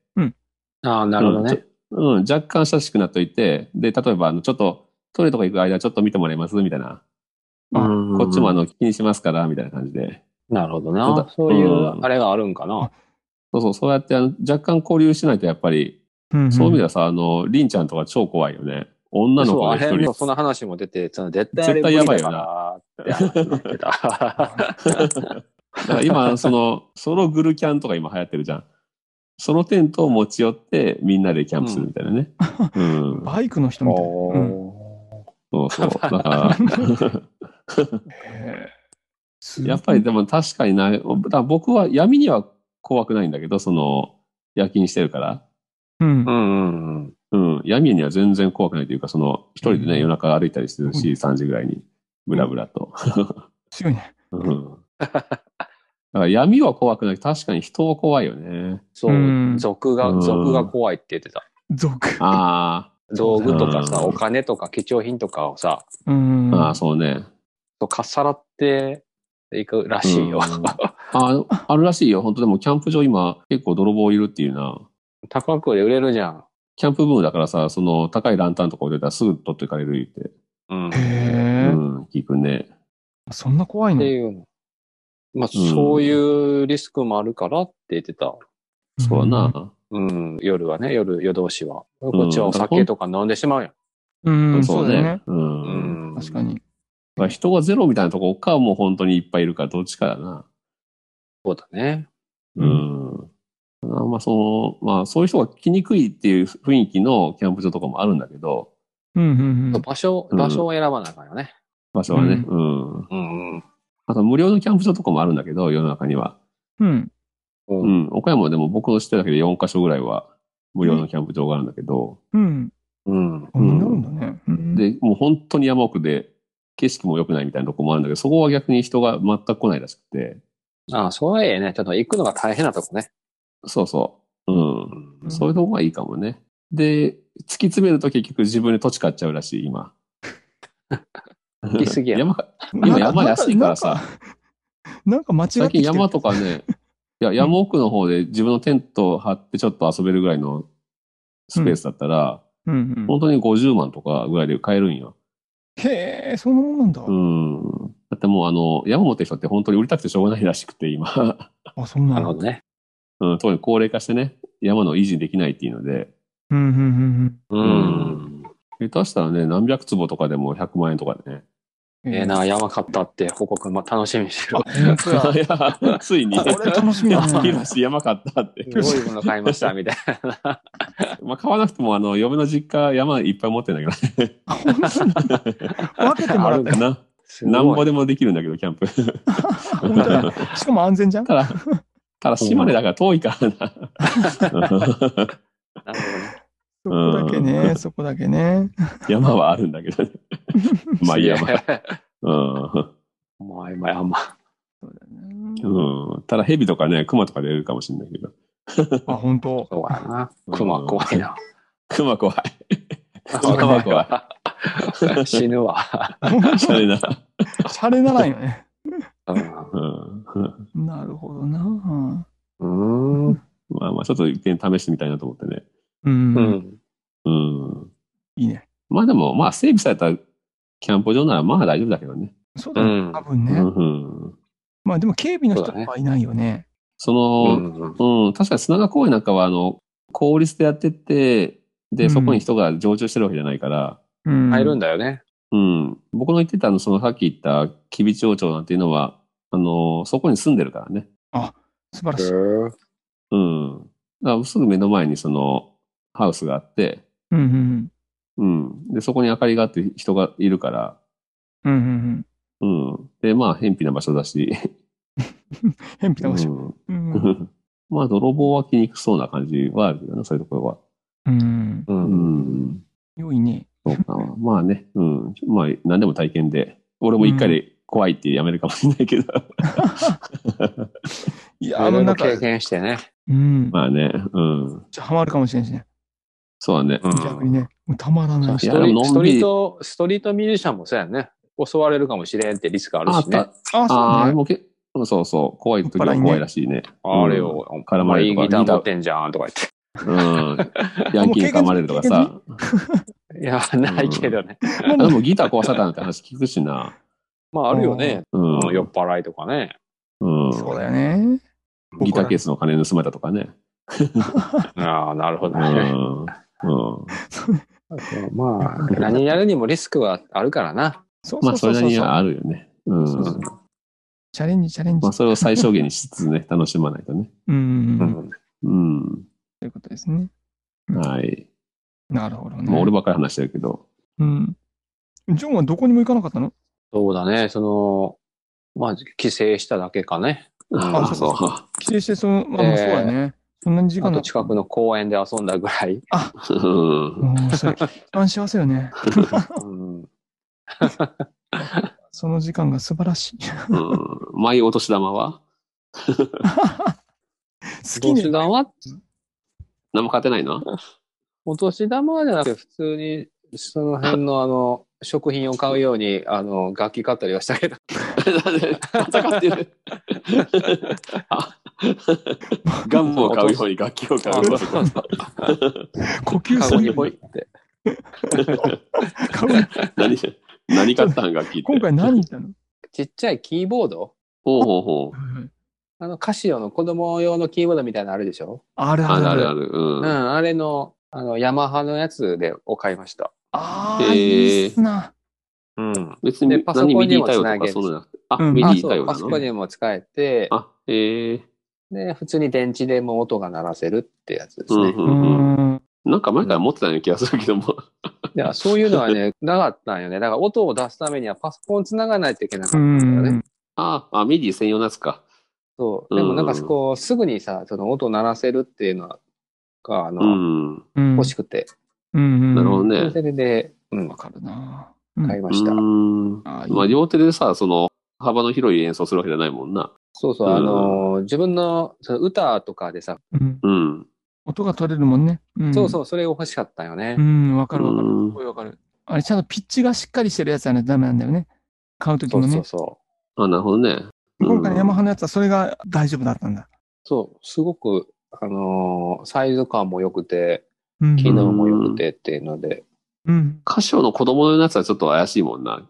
Speaker 4: ああ、なるほど
Speaker 2: うん
Speaker 4: ね
Speaker 2: ち。ょうん、若干親しくなっといて、で、例えば、あの、ちょっと、トイレとか行く間、ちょっと見てもらえますみたいな。
Speaker 3: ょ
Speaker 4: うん
Speaker 2: こっちも、あの、気にしますから、みたいな感じで。
Speaker 4: なるほど
Speaker 2: そう
Speaker 4: な
Speaker 2: だ。
Speaker 4: そういううんあれがあるんかな。
Speaker 2: そうそう、そうやって、あの、若干交流しないと、やっぱり、
Speaker 3: うん
Speaker 2: そういう意味
Speaker 3: だ。
Speaker 2: ではさ、あの、りんちゃんとか超怖いよね。女の
Speaker 4: そ
Speaker 2: 子
Speaker 4: う、
Speaker 2: が
Speaker 4: あれ
Speaker 2: 一人
Speaker 4: も。その話も出て、その絶対あれ
Speaker 2: 絶対やばいよ
Speaker 4: 無理だからって言ってた。 [laughs]
Speaker 2: だから今、その、ソログルキャンとか今流行ってるじゃん。ソロテントを持ち寄って、みんなでキャンプするみたいなね。 [laughs] うん。
Speaker 3: バイクの人みたいな。うん
Speaker 2: そうそう。だから、
Speaker 3: へえすごい
Speaker 2: やっぱりでも確かにな、だから僕は闇には怖くないんだけど、その、夜勤してるから。
Speaker 3: うん
Speaker 4: う。んうん
Speaker 2: うん。闇には全然怖くないというか、その、一人でね、夜中歩いたりしてるし、
Speaker 3: うん
Speaker 2: 3時ぐらいに、ブラブラと。
Speaker 3: 強いね。
Speaker 2: うん。だから闇は怖くない。確かに人は怖いよね。
Speaker 4: そう
Speaker 3: うん、
Speaker 4: 俗
Speaker 2: う
Speaker 4: が、
Speaker 2: ん
Speaker 4: 俗が怖いって言ってた。
Speaker 3: 族。
Speaker 2: ああ。
Speaker 4: 道具とか
Speaker 2: う
Speaker 4: さ、
Speaker 2: ん
Speaker 4: お金とか貴重品とかをさ、
Speaker 3: うん。
Speaker 2: ああ、そうね。
Speaker 4: そうかっさらっていくらしいよ。
Speaker 2: うんああ、あるらしいよ。本当でも、キャンプ場今、結構泥棒いるっていうな。
Speaker 4: [laughs] 高くで売れるじゃん。
Speaker 2: キャンプブームだからさ、その、高いランタンとか置いてたらすぐ取っていかれるって。
Speaker 4: うん。っ
Speaker 3: へえ
Speaker 2: う。ん、聞くね。
Speaker 3: そんな怖いの
Speaker 4: ていうの。まあ、
Speaker 2: うん
Speaker 4: そういうリスクもあるからって言ってた。
Speaker 2: そうだ。な。
Speaker 4: うん。夜はね、夜、夜通しは。こっちはお酒とか飲んでしまうやん。
Speaker 3: うん、そうだよね。。
Speaker 2: う。
Speaker 4: うんん。
Speaker 3: 確か。に。
Speaker 2: まあ人がゼロみたいなとこか、もう本当にいっぱいいるか、どっちかだな。
Speaker 4: そうだね。
Speaker 2: う。
Speaker 3: うん
Speaker 2: あんまその、まあそういう人が来にくいっていう雰囲気のキャンプ場とかもあるんだけど、
Speaker 3: うん、うん、うん。
Speaker 4: 場所、
Speaker 2: うん
Speaker 4: 場所を選ばなあかんよね。
Speaker 2: 場所はね。うん。
Speaker 4: うん。うん。
Speaker 2: あと無料のキャンプ場とかもあるんだけど、世の中には。
Speaker 3: うん。
Speaker 2: う
Speaker 4: うん。
Speaker 2: ん。岡山でも僕の知ってるだけで4カ所ぐらいは無料のキャンプ場があるんだけど、
Speaker 3: うん。
Speaker 4: うん。
Speaker 3: こんなるんだね。うん、
Speaker 2: で、もう本当に山奥で景色も良くないみたいなとこもあるんだけど、そこは逆に人が全く来ないらしくて、
Speaker 4: ああ、そうはええね。ちょっと行くのが大変なとこね。
Speaker 2: そうそう。うん。
Speaker 4: うん
Speaker 3: ん
Speaker 2: そういうとこがいいかもね。で、突き詰めると結局自分で土地買っちゃうらしい、今。行
Speaker 4: き過ぎや
Speaker 2: 山か今山安いから
Speaker 3: なん
Speaker 2: さ、
Speaker 3: か。なんか間違って
Speaker 2: 最近
Speaker 3: きてる
Speaker 2: 山とかね、いや、山奥の方で自分のテントを張ってちょっと遊べるぐらいのスペースだったら、
Speaker 3: うんうん
Speaker 2: 本当に50万とかぐらいで買えるんよ。
Speaker 3: へえ、そんなもんなんだ
Speaker 2: う。ん。だってもうあの、山持ってる人って本当に売りたくてしょうがないらしくて、今。 [laughs]
Speaker 3: あ、そん
Speaker 4: な
Speaker 3: な
Speaker 4: るほ
Speaker 3: の。
Speaker 4: どね。
Speaker 2: うん、特に高齢化してね、山の維持できないっていうので、
Speaker 3: うん、うん、うん
Speaker 4: う。。
Speaker 2: うん下手したらね、何百坪とかでも100万円とかでね。
Speaker 3: うん。
Speaker 4: ええな、山買ったって報告、ま、楽しみにしてる
Speaker 3: あ。本当だ。
Speaker 2: [laughs] いやついに。
Speaker 3: これ楽しみだ
Speaker 2: [laughs] 山切ら
Speaker 3: ね。
Speaker 2: し山買ったって。
Speaker 4: すごいもの買いまし
Speaker 3: [laughs]
Speaker 4: た、みたいな。
Speaker 2: まあ買わなくても、あの、嫁の実家山いっぱい持って
Speaker 4: [laughs]
Speaker 2: んだけ
Speaker 3: あ、本当に。分けて
Speaker 2: ど。
Speaker 3: も
Speaker 2: あ
Speaker 3: ら
Speaker 2: る
Speaker 3: っ
Speaker 2: ん
Speaker 3: たよ
Speaker 2: かな。
Speaker 4: すごい
Speaker 2: なんぼでもできるんだけど、キャ
Speaker 4: [laughs]
Speaker 2: ンプ。
Speaker 3: あ本当だ。しかも安全じゃん。
Speaker 2: ただ、ただ島根だから遠いから
Speaker 4: [laughs]
Speaker 2: な。
Speaker 4: なるほ
Speaker 3: そこ
Speaker 4: どね。
Speaker 3: だけ
Speaker 2: う
Speaker 3: ね、そこだけね。
Speaker 2: 山はあるんだけ
Speaker 4: [laughs]
Speaker 2: どね。まあいいや、まあ
Speaker 4: すげえ
Speaker 2: うん
Speaker 4: まあ、今山。
Speaker 3: そうだね
Speaker 2: うん。ただ、蛇とかね、熊とか出るかもしれないけど。
Speaker 3: あ、本当。
Speaker 4: そうやな。
Speaker 2: うん
Speaker 4: 熊怖いな。
Speaker 2: 熊怖い。熊は怖
Speaker 4: い。 [laughs] 死ぬわ。
Speaker 2: シャレな。
Speaker 3: シャレならんよね。
Speaker 4: う
Speaker 2: うん。
Speaker 3: なるほどな。
Speaker 4: ん。うん。
Speaker 2: まあまあ、ちょっと一点試してみたいなと思ってね。
Speaker 3: うん。
Speaker 4: うん。
Speaker 2: うん。
Speaker 3: いいね。
Speaker 2: まあでも、まあ整備されたキャンプ場ならまあ大丈夫だけどね。
Speaker 3: そうだね。
Speaker 4: うん
Speaker 3: 多分
Speaker 2: う
Speaker 3: ね。
Speaker 2: ん。
Speaker 3: まあでも警備の人
Speaker 4: そうだね
Speaker 3: はいないよね。
Speaker 2: その、うん、確かに砂川公園なんかは、あの、公立でやってて、
Speaker 3: う
Speaker 2: で、
Speaker 3: ん
Speaker 2: そこに人が常駐してるわけじゃないから、
Speaker 3: うん。
Speaker 4: 入るんだよね。
Speaker 2: うん、僕の言ってた、あの、そのさっき言った、吉備町長なんていうのは、あの、そこに住んでるからね。
Speaker 3: 素晴ら
Speaker 4: へ
Speaker 3: しい。
Speaker 4: え
Speaker 2: うん。だからすぐ目の前にその、ハウスがあって、
Speaker 3: うんうん
Speaker 2: うん。で、そこに明かりがあって人がいるから、
Speaker 3: うん。うんうん
Speaker 2: うん。で、まあ、偏僻な場所だし、
Speaker 3: うん。変な場
Speaker 2: う
Speaker 3: 所。
Speaker 2: ん [laughs]
Speaker 3: うん。
Speaker 2: まあ、泥棒は来にくそうな感じはあるけどね、そういうところは。
Speaker 3: うん。
Speaker 4: う。
Speaker 2: うんん。
Speaker 3: 良いね。
Speaker 2: そうか。まあね、うん。まあ、何でも体験で。俺も一回で怖いってやめるかもしれないけど。 [laughs]
Speaker 3: い
Speaker 4: い
Speaker 3: や、あ
Speaker 4: ろ
Speaker 3: の
Speaker 4: いろ
Speaker 3: 中、
Speaker 4: 経験してね。
Speaker 3: うん。
Speaker 2: まあね、うん。
Speaker 3: じゃあハマるかもしれんしね。
Speaker 2: そうだね。
Speaker 4: うん
Speaker 3: 逆にね。もうたまらない
Speaker 4: ス
Speaker 2: い
Speaker 3: し
Speaker 2: や。
Speaker 4: トリ
Speaker 2: でもの
Speaker 4: ス
Speaker 2: ん
Speaker 4: ト
Speaker 2: びり
Speaker 4: リート、ストリートミュージシャンもそうやんね。襲われるかもしれんってリスクある
Speaker 2: あ
Speaker 4: し
Speaker 2: った。
Speaker 4: ね。
Speaker 3: あ、
Speaker 2: あ
Speaker 3: そ
Speaker 2: あ、
Speaker 3: う
Speaker 2: で
Speaker 3: ね。
Speaker 2: もけ、そうそう。怖い時は怖いらしいね。
Speaker 4: あれを、
Speaker 2: 絡ま
Speaker 4: お前
Speaker 2: れ
Speaker 4: い
Speaker 2: る
Speaker 4: い
Speaker 2: とか
Speaker 4: ギター持ってんじゃんとか言って。
Speaker 3: [laughs]
Speaker 2: うん。ヤンキーに噛まれるとかさ。
Speaker 4: いや、ないけどね。
Speaker 2: あでもギター壊されたなんて話聞くしな。
Speaker 4: まあ、あるよね。
Speaker 2: う
Speaker 4: あ
Speaker 2: ん。
Speaker 4: の酔っ払いとかね。
Speaker 2: うん。
Speaker 3: そうだよね。
Speaker 2: ギターケースの金盗まれたとかね。
Speaker 4: ああ、なるほど
Speaker 2: う
Speaker 4: ね。
Speaker 2: ん。うん。
Speaker 4: まあ、何やるにもリスクはあるからな。
Speaker 3: そう
Speaker 2: ま
Speaker 3: そ
Speaker 2: あ、それ
Speaker 3: うそう
Speaker 2: な
Speaker 3: そ
Speaker 2: り
Speaker 3: う。
Speaker 2: には
Speaker 3: チ
Speaker 2: あるよね。うん。
Speaker 3: そうそうャレンジ、チャレンジ
Speaker 2: まあ、。それを最小限にしつつね、楽しまないとね。
Speaker 3: うんうん
Speaker 4: う
Speaker 3: うん。と
Speaker 4: ん。
Speaker 2: うん。
Speaker 3: いうことですね。
Speaker 2: はい。
Speaker 3: なるほどね。
Speaker 2: まあ、俺ばっかり話してるけど。
Speaker 3: うん。ジョンはどこにも行かなかったの
Speaker 4: そうだね。その、まあ、帰省しただけかね。
Speaker 3: あそうそう帰省して、その、まあ、
Speaker 4: え
Speaker 3: ま
Speaker 4: ー
Speaker 3: あそうだね。そんなに時
Speaker 4: あ
Speaker 3: 間
Speaker 4: と
Speaker 3: の。
Speaker 4: 近くの公園で遊んだぐらい。
Speaker 2: そう。うん
Speaker 3: もうそれ、一番幸せよね。
Speaker 4: うん。
Speaker 3: その時間が素晴らしい。
Speaker 2: うん。マイお年玉は
Speaker 3: 好き
Speaker 4: どうし
Speaker 3: ね。
Speaker 4: たんは
Speaker 2: 何も買ってないの
Speaker 4: お年玉じゃなくて、普通に、その辺のあの、食品を買うように、あの、楽器買ったりはしたけど。
Speaker 2: 戦ってる。あガンを買うように楽器を買うように。
Speaker 3: 呼吸
Speaker 4: カ
Speaker 3: す
Speaker 4: ゴ
Speaker 3: る
Speaker 4: に
Speaker 3: よ
Speaker 4: ポイ
Speaker 3: ね
Speaker 4: って。
Speaker 3: カゴに
Speaker 2: 何、何買ったん楽器って。
Speaker 3: 今回何言ったの
Speaker 4: ちっちゃいキーボード
Speaker 2: ほうほうほう。
Speaker 4: あの、カシオの子供用のキーボードみたいなのあるでしょ
Speaker 3: ある
Speaker 2: あ
Speaker 3: ある
Speaker 2: る
Speaker 3: あ
Speaker 2: あ
Speaker 3: る
Speaker 2: るあ。る。
Speaker 4: うん、
Speaker 2: うん。
Speaker 4: あれの、あの、ヤマハのやつで、を買いました。
Speaker 3: あ
Speaker 2: え
Speaker 3: あ、
Speaker 2: ー
Speaker 3: いいっすな。
Speaker 4: うん。
Speaker 2: 別
Speaker 4: で
Speaker 2: に
Speaker 4: パソコ
Speaker 2: 何
Speaker 4: ンにも
Speaker 2: ミディ対応と
Speaker 4: つなげ
Speaker 2: か
Speaker 4: る
Speaker 2: そうじゃなくて。あ、
Speaker 3: うん
Speaker 2: ミデ
Speaker 4: あ、
Speaker 2: ィ
Speaker 4: そ
Speaker 2: 対
Speaker 4: う、
Speaker 2: 応な
Speaker 4: パソコン
Speaker 2: の
Speaker 4: にも使えて、
Speaker 2: あ、ええ
Speaker 4: で、普通に電池でも音が鳴らせるってやつです
Speaker 2: う
Speaker 4: ね。
Speaker 2: ん
Speaker 3: う
Speaker 2: うんうん。
Speaker 3: ん。
Speaker 2: なんか前から持ってたような気がするけども。
Speaker 4: いや、そういうのはね、 [laughs] なかったんよね。だから音を出すためにはパソコン繋がないといけなかった
Speaker 3: うん
Speaker 4: ですよね。
Speaker 3: ん。
Speaker 2: ああ、ミディ専用のやつか。
Speaker 4: そう。
Speaker 2: うん
Speaker 4: でもなんかそこ、すぐにさ、その音鳴らせるっていうのが、あの、
Speaker 2: うん。
Speaker 3: うん
Speaker 4: 欲しくて。
Speaker 3: うん。
Speaker 2: なるほどね
Speaker 4: そ。れで、うん
Speaker 3: わ、かるな。うん
Speaker 4: 買いました。
Speaker 2: うーん。
Speaker 3: あーいい
Speaker 2: まあ、両手でさ、その、幅の広い演奏するわけじゃないもんな。
Speaker 4: そうそう、
Speaker 2: うん
Speaker 4: あの、自分のその歌とかでさ、
Speaker 3: うん
Speaker 2: うん。
Speaker 3: 音が取れるもんね。ん
Speaker 4: そうそう、それを欲しかったんよね
Speaker 3: う。ん、わかるわかる。
Speaker 2: うん
Speaker 3: すごいわかる。あれ、ちゃんとピッチがしっかりしてるやつはね、ダメなんだよね。買うとき
Speaker 4: そ
Speaker 3: も
Speaker 4: うそ
Speaker 3: ね
Speaker 4: う。そ
Speaker 2: あ、なるほどね。うん
Speaker 3: 今回のヤマハのやつはそれが大丈夫だったんだ。
Speaker 4: う。そう、すごく、あのーサイズ感も良くて、
Speaker 3: うん。
Speaker 4: 機能も良くてっていうので、
Speaker 3: うん。
Speaker 2: 歌唱の子供のやつはちょっと怪しいもんな。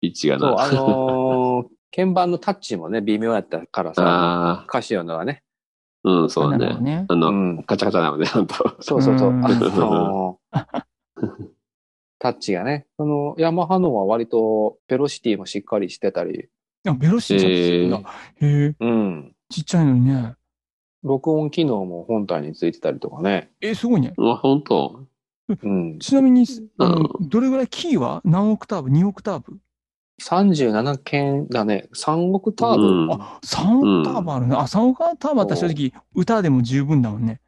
Speaker 2: 位置が
Speaker 4: そう、
Speaker 2: な。
Speaker 4: あのー
Speaker 2: [laughs]
Speaker 4: 鍵盤のタッチもね、微妙やったからさ、
Speaker 2: あ
Speaker 4: カシオのはね。
Speaker 2: あ、うん、そうだ
Speaker 3: なるほ
Speaker 2: ね
Speaker 3: ど。ね。
Speaker 2: あ
Speaker 4: う
Speaker 2: の、
Speaker 4: ん。
Speaker 2: カチャカチャなのね、ほんと。
Speaker 4: そうそうそう。
Speaker 3: うん
Speaker 4: あのータッチがね。その、ヤマハのは割と、ベロシティもしっかりしてたり、
Speaker 3: あ、ベロシティちゃんとしてるんだ。へえ、
Speaker 4: うん。
Speaker 3: ちっちゃいのにね。
Speaker 4: 録音機能も本体についてたりと
Speaker 2: [laughs]
Speaker 4: かね。
Speaker 3: え、すごいね。
Speaker 2: [laughs] うわ、ほんと。
Speaker 4: うん。
Speaker 3: ちなみに、あの
Speaker 2: う
Speaker 3: どれぐらいキーは何オクターブ ?2 オクターブ
Speaker 4: 37件だね。3億ターブ。
Speaker 2: うん
Speaker 3: あ、3オクターブあるね。あ、3オクターブあったら正直、歌でも十分だもんね。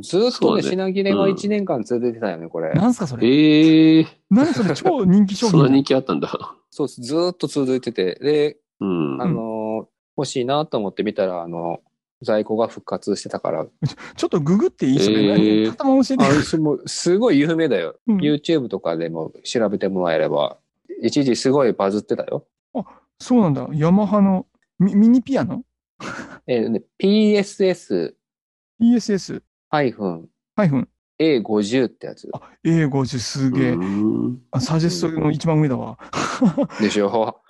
Speaker 4: ずーっ
Speaker 2: そ
Speaker 4: と
Speaker 2: う
Speaker 4: ね、
Speaker 2: ね
Speaker 4: 品切れが1年間続いてたよね、これ。
Speaker 3: なんすかそれ。
Speaker 2: ええ
Speaker 3: 何それ超人気商
Speaker 2: そんな
Speaker 3: 品。
Speaker 2: 人気あったんだ。
Speaker 4: そうです。ずーっと続いてて。で、
Speaker 2: うん
Speaker 4: あ。のー欲しいなと思って見たら、あの、在庫が復活してたから。
Speaker 3: ちょっとググっていいそれ。
Speaker 2: へえ
Speaker 3: 何頭教えて
Speaker 4: あ。すもうすごい有名だよ。
Speaker 3: うん
Speaker 4: YouTube とかでも調べてもらえれば、一時すごいバズってたよ。
Speaker 3: そうなんだ。ヤマハのミミニピアノ
Speaker 4: えーね PSS-A50
Speaker 3: ?ESS-A50。
Speaker 4: ってやつ
Speaker 3: あ A50 すげえ
Speaker 2: う。ん
Speaker 3: あサジェストの一番上だわ。
Speaker 4: でしょ。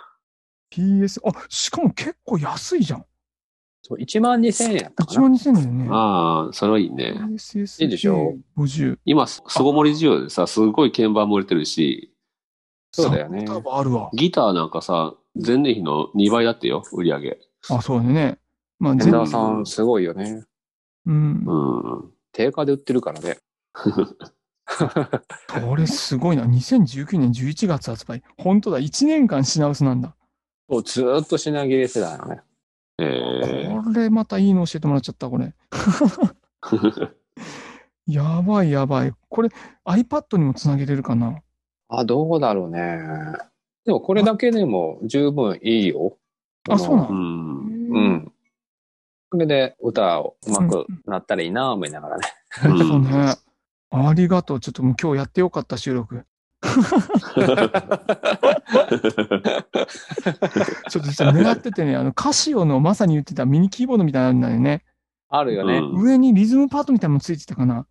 Speaker 3: PS、あ、しかも結構安いじゃん。
Speaker 4: そう1万2000円やったか
Speaker 3: 1
Speaker 4: な。
Speaker 3: 万2000円だよね。
Speaker 2: ああ、それはいいね。
Speaker 3: PSS
Speaker 4: いいでしょ
Speaker 3: ?50。
Speaker 2: 今、巣ごもり需要でさ、すごい鍵盤も売れてるし、
Speaker 4: そうだよね
Speaker 3: サブターブあるわ。
Speaker 2: ギターなんかさ、前年比の2倍だってよ、売り上げ。
Speaker 3: あ、そうだね。まあ、
Speaker 4: 天
Speaker 3: 全
Speaker 2: な
Speaker 4: 田さんすごいよね。
Speaker 3: うん
Speaker 2: う。ん。
Speaker 4: 定価で売ってるからね。
Speaker 3: これすごいな。2019年11月発売。本当だ。1年間品薄なんだ。
Speaker 4: そうずーっと品切れしてたよね。
Speaker 2: ええ
Speaker 3: これまたいいの教えてもらっちゃった、
Speaker 4: [laughs]
Speaker 3: これ。やばいやばい。これ iPad にもつなげれるかな。
Speaker 4: あ、どうだろうね。でもこれだけでも十分いいよ。
Speaker 3: あ、そうな
Speaker 2: うん。
Speaker 3: の
Speaker 4: う
Speaker 3: うん。
Speaker 4: ん。それで歌をうまくなったらいいなぁ思いながらね。
Speaker 3: [laughs] そうね。ありがとう。ちょっともう今日やってよかった収録。ちょっと実は狙っててね、あの、カシオのまさに言ってたミニキーボードみたいなのあるんだよね。
Speaker 4: あるよね。
Speaker 2: うん
Speaker 3: 上にリズムパートみたいなのもついてたかな。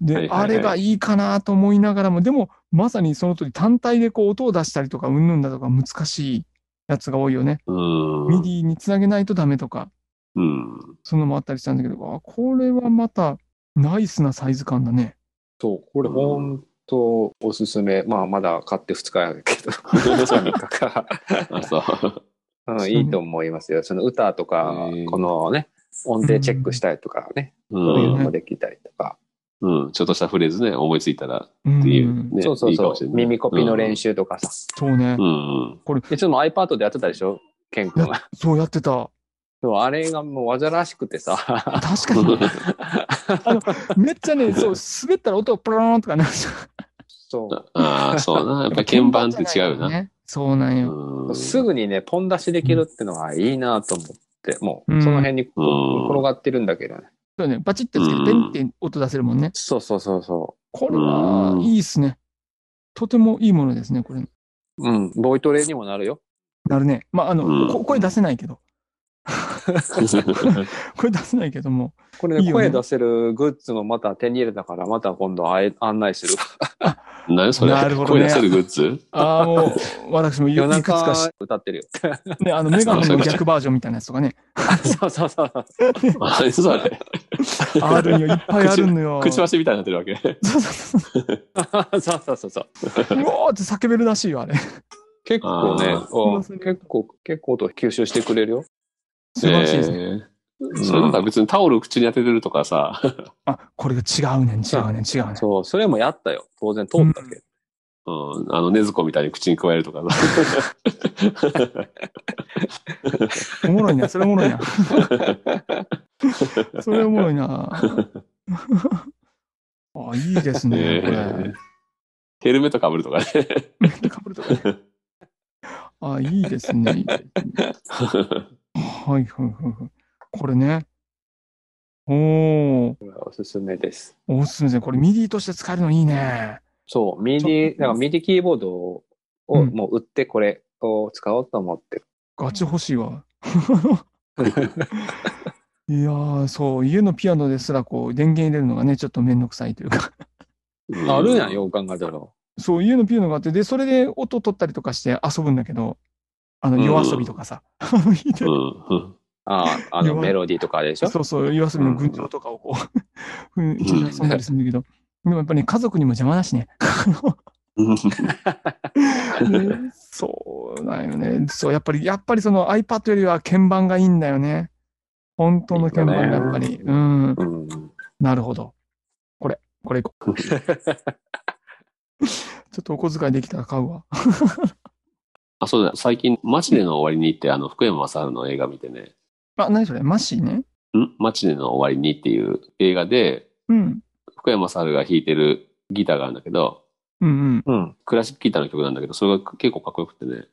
Speaker 3: で、
Speaker 2: はいはいはい
Speaker 3: あれがいいかなと思いながらも、でも、まさにその通り単体でこう音を出したりとか、うんぬんだとか難しいやつが多いよね。
Speaker 2: うん。
Speaker 3: ミディにつなげないとダメとか、
Speaker 2: うん。
Speaker 3: そんなのもあったりしたんだけど、あ、これはまた、ナイスなサイズ感だね。
Speaker 4: そう、これほんとおすすめ。まあ、まだ買って2日やけ
Speaker 2: [laughs]
Speaker 4: ど、3日 [laughs] か。
Speaker 2: あ、そう。
Speaker 4: うん、いいと思いますよ。その歌とか
Speaker 2: へー、
Speaker 4: このね、音程チェックしたりとかね、
Speaker 2: う
Speaker 4: そういうの
Speaker 2: ん。
Speaker 4: もできたりとか。
Speaker 2: うん。ちょっとしたフレーズね、思いついたらっ
Speaker 3: うん
Speaker 2: ていう。ね。
Speaker 4: そうそうそう。耳コピの練
Speaker 2: 習。
Speaker 4: 習とかさ。
Speaker 3: そうね
Speaker 2: う。ん。
Speaker 4: いつも iPad でやってたでしょケン君は。
Speaker 3: そうやってた。
Speaker 4: そう、あれがもう煩わしくてさ。
Speaker 3: [laughs] 確かに。あの、めっちゃ
Speaker 2: [laughs]
Speaker 3: ね、そう、滑ったら音がプローンとかなっちゃう。
Speaker 4: そう。
Speaker 2: ああ、そうな。やっぱ鍵盤って違うな。
Speaker 3: ね。そうなんよ。
Speaker 2: うん。
Speaker 4: すぐにね、ポン出しできるってのがいいなと思って、も
Speaker 3: うん
Speaker 4: う、その辺に
Speaker 2: うん
Speaker 4: 転がってるんだけどね。
Speaker 3: そうね、バチってつけて、ペンって音出せるもんね。
Speaker 4: そうそうそうそ
Speaker 3: これは
Speaker 2: う、ん
Speaker 3: いいっすね。とてもいいものですね、これ。
Speaker 4: う。うん。ボイトレにもなるよ。
Speaker 3: なるね。まあ、あ
Speaker 2: うん
Speaker 3: の、こ声出せないけど。声出せないけども。
Speaker 4: これね、
Speaker 3: いいよね
Speaker 4: 声出せるグッズもまた手に入れたから、また今度あえ案内する。
Speaker 2: 何それ
Speaker 3: なるほど
Speaker 2: 声
Speaker 3: ね
Speaker 2: 出せるグッズ
Speaker 3: ああ、もう、私もいい
Speaker 4: 夜
Speaker 3: くつか
Speaker 4: 中
Speaker 3: し、
Speaker 4: 歌ってるよ。
Speaker 3: ね、あの、メガホンの逆バージョンみたいなやつとかね。
Speaker 4: [laughs] そうそうそうそう。
Speaker 2: 何それ
Speaker 3: あるんよ、いっぱいあるのよ。
Speaker 2: くちばしみたいになってるわけ。
Speaker 3: そうそうそ
Speaker 4: そうそうそうそ
Speaker 2: [laughs]
Speaker 4: う。
Speaker 3: う。うおーって叫べるらしいよ、あれ。
Speaker 4: 結構ね
Speaker 2: あ、
Speaker 3: ー
Speaker 4: うん結構、結構と吸収してくれるよ。
Speaker 3: 素晴らしいですね。
Speaker 2: えーそれなんか別にタオル口に当ててるとかさ、
Speaker 3: あ、これが違うねん、違うねん、違うねん。
Speaker 4: そう、それもやったよ。当然通ったけど。
Speaker 2: うん、あの、ねずこみたいに口に加えるとかさ。
Speaker 3: おもろいな、それおもろいな。それおもろいな。あ、いいですね、こ
Speaker 2: ね
Speaker 3: れ。
Speaker 2: ヘルメットかぶるとかね。
Speaker 3: メットかぶるとかね。あ、いいですね。いいですねはいはいはいはい。これね。おお、
Speaker 4: これはおすすめです。
Speaker 3: おすすめですね。これミディとして使えるのいいね。
Speaker 4: そう、ミディ、
Speaker 3: ちょ
Speaker 4: なんかミディキーボードをを
Speaker 3: うん
Speaker 4: もう売ってこれを使おうと思って。
Speaker 3: ガチ欲しいわ。いやー、そう、家のピアノですらこう、電源入れるのがね、ちょっとめんどくさいというか。
Speaker 4: あるやん、
Speaker 2: よ。
Speaker 4: よう考えたら。
Speaker 3: そう、家のピアノがあって、で、それで音取ったりとかして遊ぶんだけど、あの、
Speaker 2: うん
Speaker 3: 夜遊びとかさ。あ [laughs] の弾いて
Speaker 2: うんうん
Speaker 4: ああ、あの、
Speaker 3: 弱い
Speaker 4: メロディーとかでしょ [laughs]
Speaker 3: そうそう、夜遊びの群青とかをこう、 [laughs] ふん、一緒に遊んだりするんだけど、でもやっぱり、ね、家族にも邪魔だし [laughs] ね。ねそうなんよね。そう、やっぱり、やっぱりその iPad よりは鍵盤がいいんだよね。本当の鍵盤がやっぱり。うん。
Speaker 4: うん。
Speaker 3: なるほど。これ、これいこ [laughs] う。ちょっとお小遣いできたら買うわ。
Speaker 2: あ、そうだ、最近、マチネの終わりにって、あの、福山雅治の映画見てね、
Speaker 3: あ、何それマッシーね。
Speaker 2: んマチネの終わりにっていう映画で、
Speaker 3: うん。
Speaker 2: 福山雅治が弾いてるギターがあるんだけど、
Speaker 3: うん
Speaker 4: うん。
Speaker 2: クラシックギターの曲なんだけど、それが結構かっこよくてね、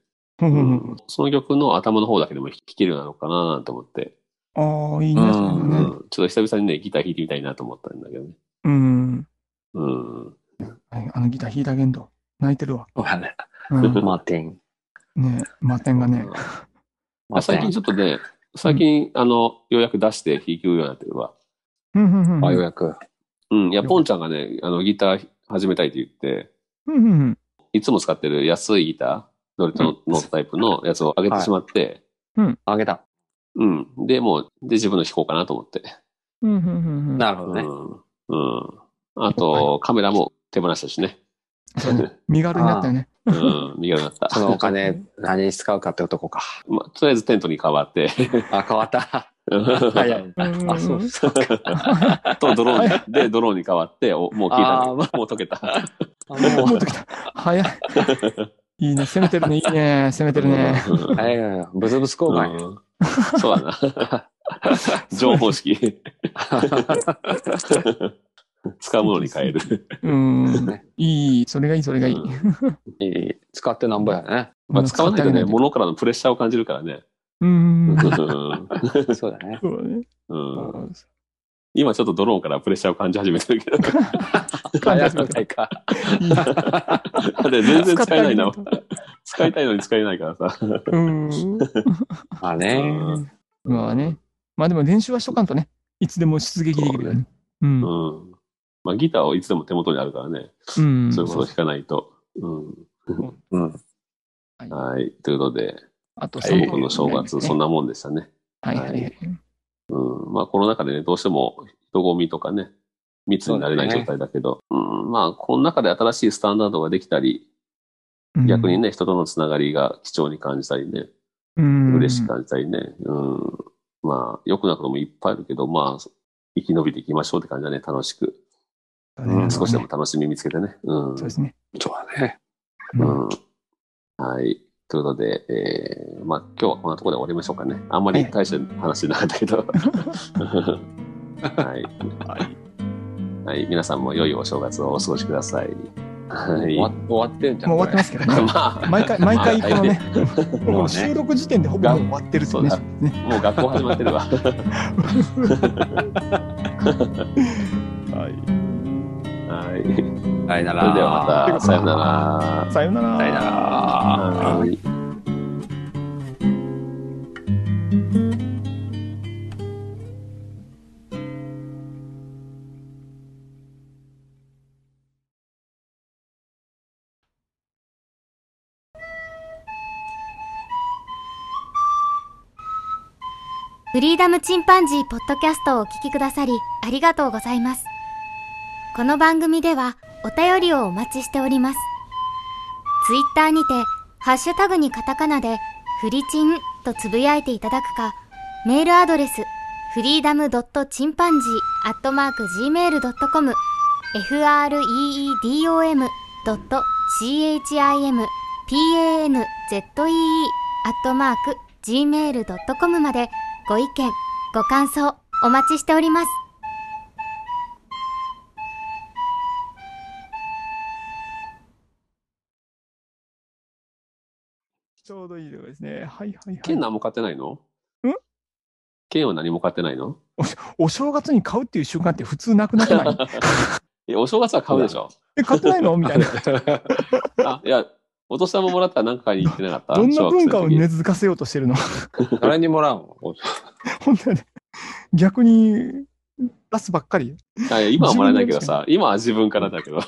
Speaker 3: うん。うんう
Speaker 2: うんんその曲の頭の方だけでも弾けるようになのかなと思って、
Speaker 3: うん。ああ、いいね。
Speaker 2: う
Speaker 3: そ
Speaker 2: ん
Speaker 3: ういうのね。
Speaker 2: ちょっと久々にね、ギター弾いてみたいなと思ったんだけどね。
Speaker 3: うん。
Speaker 2: うん。
Speaker 3: はいあのギター弾いてあげんと。泣いてるわ。
Speaker 4: そうやね。
Speaker 3: うん。
Speaker 4: マーティン。
Speaker 2: [laughs]
Speaker 3: ねマーテンがね。
Speaker 4: マーテ
Speaker 2: 最
Speaker 4: ィ
Speaker 2: 近
Speaker 4: ン
Speaker 2: ちょっとね、最近、あの、ようやく出して弾けるようになってるわ。
Speaker 3: うんうんうん。
Speaker 4: あ、よう
Speaker 3: う
Speaker 4: やく。
Speaker 2: うん。いや、
Speaker 3: よかった
Speaker 2: ポンちゃんがね、あの、ギター始めたいって言って、
Speaker 3: んうんうん。
Speaker 2: いつも使ってる安いギター、ドレッドの,、のタイプのやつを上げてしまって、
Speaker 4: あげた。
Speaker 2: うん。で、もう、で、自分の弾こうかなと思って。
Speaker 3: うんうんうんう
Speaker 2: [laughs]
Speaker 3: ん。
Speaker 4: なるほど
Speaker 2: う
Speaker 4: ね。
Speaker 2: ん。うん。あと、カメラも手放したしね。
Speaker 3: そうね身軽になったよね。
Speaker 2: うん。身軽になった。 [laughs]
Speaker 4: そのお金、 [laughs] 何に使うかって男 [laughs] か。
Speaker 2: まあ、とりあえずテントに変わって。
Speaker 4: あ、変わった。
Speaker 2: は
Speaker 4: 早い。
Speaker 3: うんうんうん
Speaker 4: [laughs] あ、そうそ
Speaker 2: [laughs]
Speaker 4: う。
Speaker 2: と、ドローンで、ドローンに変わって、おもう聞い
Speaker 4: あ
Speaker 2: た
Speaker 4: ーま
Speaker 2: もう解けた。
Speaker 4: あ
Speaker 3: も
Speaker 4: も
Speaker 3: っと来た。早い。いいね。攻めてるね。いいね。攻めてるね。
Speaker 2: うん
Speaker 4: う、早いよよ。ブツブツ交換よ。
Speaker 2: うんそうだな。情報式。使うものに変える。
Speaker 3: うん。いい。それがいい、それがいい。
Speaker 2: う
Speaker 4: いい使ってなんぼやね。
Speaker 2: まあ、使わないとね、
Speaker 3: も
Speaker 2: 物からのプレッシャーを感じるからね。
Speaker 3: うん。
Speaker 2: うん
Speaker 4: そうだね。
Speaker 3: そうだね。
Speaker 2: うん今ちょっとドローンからプレッシャーを感じ始めてるけど。
Speaker 3: 感じ
Speaker 4: 早
Speaker 3: 始め
Speaker 4: く
Speaker 3: た
Speaker 4: ない
Speaker 2: [laughs]
Speaker 4: か。
Speaker 2: だって全然使えないな
Speaker 3: 使。
Speaker 2: 使いたいのに使えないからさ。
Speaker 3: うん。
Speaker 4: まあね。
Speaker 3: まあね。まあでも練習はしとかんとね。いつでも出撃できるよね。うん。
Speaker 2: う
Speaker 3: うん
Speaker 2: ん。まあギターをいつでも手元にあるからね。。そういうことを弾かないと。う
Speaker 4: う
Speaker 3: は
Speaker 4: ん。
Speaker 3: い
Speaker 2: ん。はい。ということで、
Speaker 3: あと、
Speaker 2: 今度の正月、そん
Speaker 3: な。
Speaker 2: なもんでしたね。
Speaker 3: はいはいはい。
Speaker 2: うん。まあコロナ禍でね、どうしても人混みとかね、密になれない状態だけど、うん。まあこの中で新しいスタンダードができたり、
Speaker 3: うん
Speaker 2: 逆に、ね、人とのつながりが貴重に感じたりね。
Speaker 3: うん
Speaker 2: 嬉しく。感じたりね、うん、まあ、良くなることもいっぱいあるけど、まあ、生き延びていきましょうって感じだね、楽しく。
Speaker 4: うん
Speaker 2: 少しでも。楽しみ見つけてね。うん。
Speaker 3: そうですね。
Speaker 4: そうだね。
Speaker 2: うん。はい。ということで、えーまあ、今日はこんなところで終わりましょうかね。あんまり大した話なかったけど。はい。はい。皆さんも良いお正月をお過ごしください。はい
Speaker 4: 終わ終わってるんじゃん。。
Speaker 3: もう終わってますすけどね。
Speaker 2: [laughs] まあ、
Speaker 3: 毎回、毎回、この
Speaker 2: い
Speaker 3: ね、[laughs] もうこの収録時点でほぼ終わってるっていうね。
Speaker 2: そう
Speaker 3: ね
Speaker 2: もう学校始まってるわ。
Speaker 3: はい。
Speaker 2: はい。それで
Speaker 4: さよなら。
Speaker 2: はまた、さよなら。
Speaker 3: さようなら。
Speaker 4: さよなら。
Speaker 2: はい
Speaker 1: フリーダムチンパンジーポッドキャストをお聞きくださり、ありがとうございます。この番組では、お便りをお待ちしております。ツイッターにて、ハッシュタグにカタカナで、フリチンとつぶやいていただくか、メールアドレス、フリーダムドットチンパンジーアットマーク Gmail.com、freedom ドット chimpanzee アットマーク gmail.com まで、ご意見、ご感想、お待ちしております。
Speaker 3: ちょうどいいとこですね。はいはい
Speaker 2: 剣
Speaker 3: はい。
Speaker 2: 何も買ってないの
Speaker 3: ん
Speaker 2: 剣は何も買ってないの
Speaker 3: お正月に買うっていう瞬間って普通なくなってない [laughs]
Speaker 2: いやお正月は買うでしょ。
Speaker 3: え、買ってないのみたいな。
Speaker 2: [laughs] あ、いや、お年玉もらったら何か買いに行ってなかった
Speaker 3: [laughs] どんな文化
Speaker 2: 小学生の
Speaker 3: を
Speaker 2: 時
Speaker 3: 根付かせようとしてるの
Speaker 4: 誰にもらうの。
Speaker 3: 本当に、逆に出すばっかり。
Speaker 2: あいや今はもらえないけどさ、今は自分からだけ
Speaker 3: [laughs]
Speaker 2: ど。い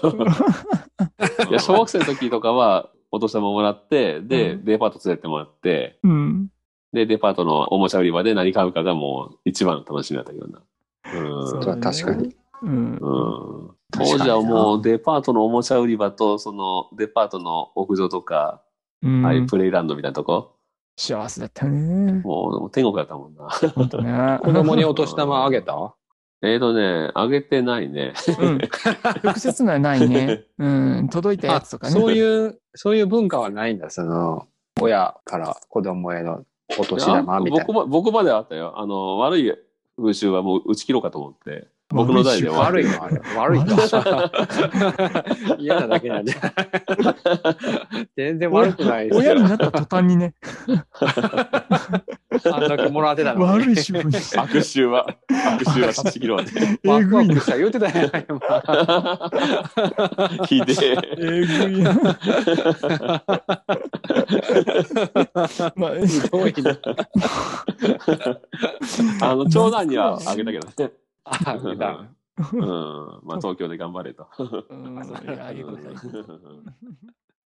Speaker 2: や、小学生の時とかは、お年玉もらって、で、
Speaker 3: うん
Speaker 2: デパート連れてもらって、
Speaker 3: うん。
Speaker 2: で、デパートのおもちゃ売り場で何買うかがもう一番の楽しみだったけどな。うん。
Speaker 3: そううんだね
Speaker 4: 確かに。
Speaker 3: うん。
Speaker 2: 当時はもうデパートのおもちゃ売り場と、そのデパートの屋上とか、
Speaker 3: うん
Speaker 2: ああいうプレイランドみたいなとこ、
Speaker 3: 幸せだったね。
Speaker 2: もう天国だったもんな。 [laughs]
Speaker 3: 本当ね。
Speaker 4: 子供にお年玉あげた
Speaker 2: えーとね、あげてないね。
Speaker 3: うん。直接のはないね。うん。届いたやつとかね。
Speaker 4: そういう、そういう文化はないんだ、その、親から子供へのお年玉みたい
Speaker 2: 僕ま僕まではあったよ。あの、悪い風習はもう打ち切ろうかと思って。僕の代で
Speaker 4: な。
Speaker 2: は
Speaker 4: 悪いのある。悪いの。
Speaker 3: [laughs]
Speaker 4: 嫌なだけなんじゃない。全然悪くないです
Speaker 3: 親に
Speaker 4: よ。
Speaker 3: なった途端にね、
Speaker 4: あんだけもらってたのに。
Speaker 3: 悪い習慣にして
Speaker 2: 悪習は、悪習は打ち切ろうって。
Speaker 4: ワ
Speaker 3: え
Speaker 4: ク
Speaker 3: ぐ
Speaker 4: ワ
Speaker 3: い
Speaker 4: ク
Speaker 3: な。
Speaker 4: した言うてたやん。今
Speaker 2: ひでえ。
Speaker 3: えぐいな。 [laughs] まあ、
Speaker 4: ひどいな。
Speaker 2: あの、長男にはあげたけどね。
Speaker 4: あ、見た。
Speaker 2: うん。まあ、東京で頑張れと。
Speaker 3: うん、それあげください。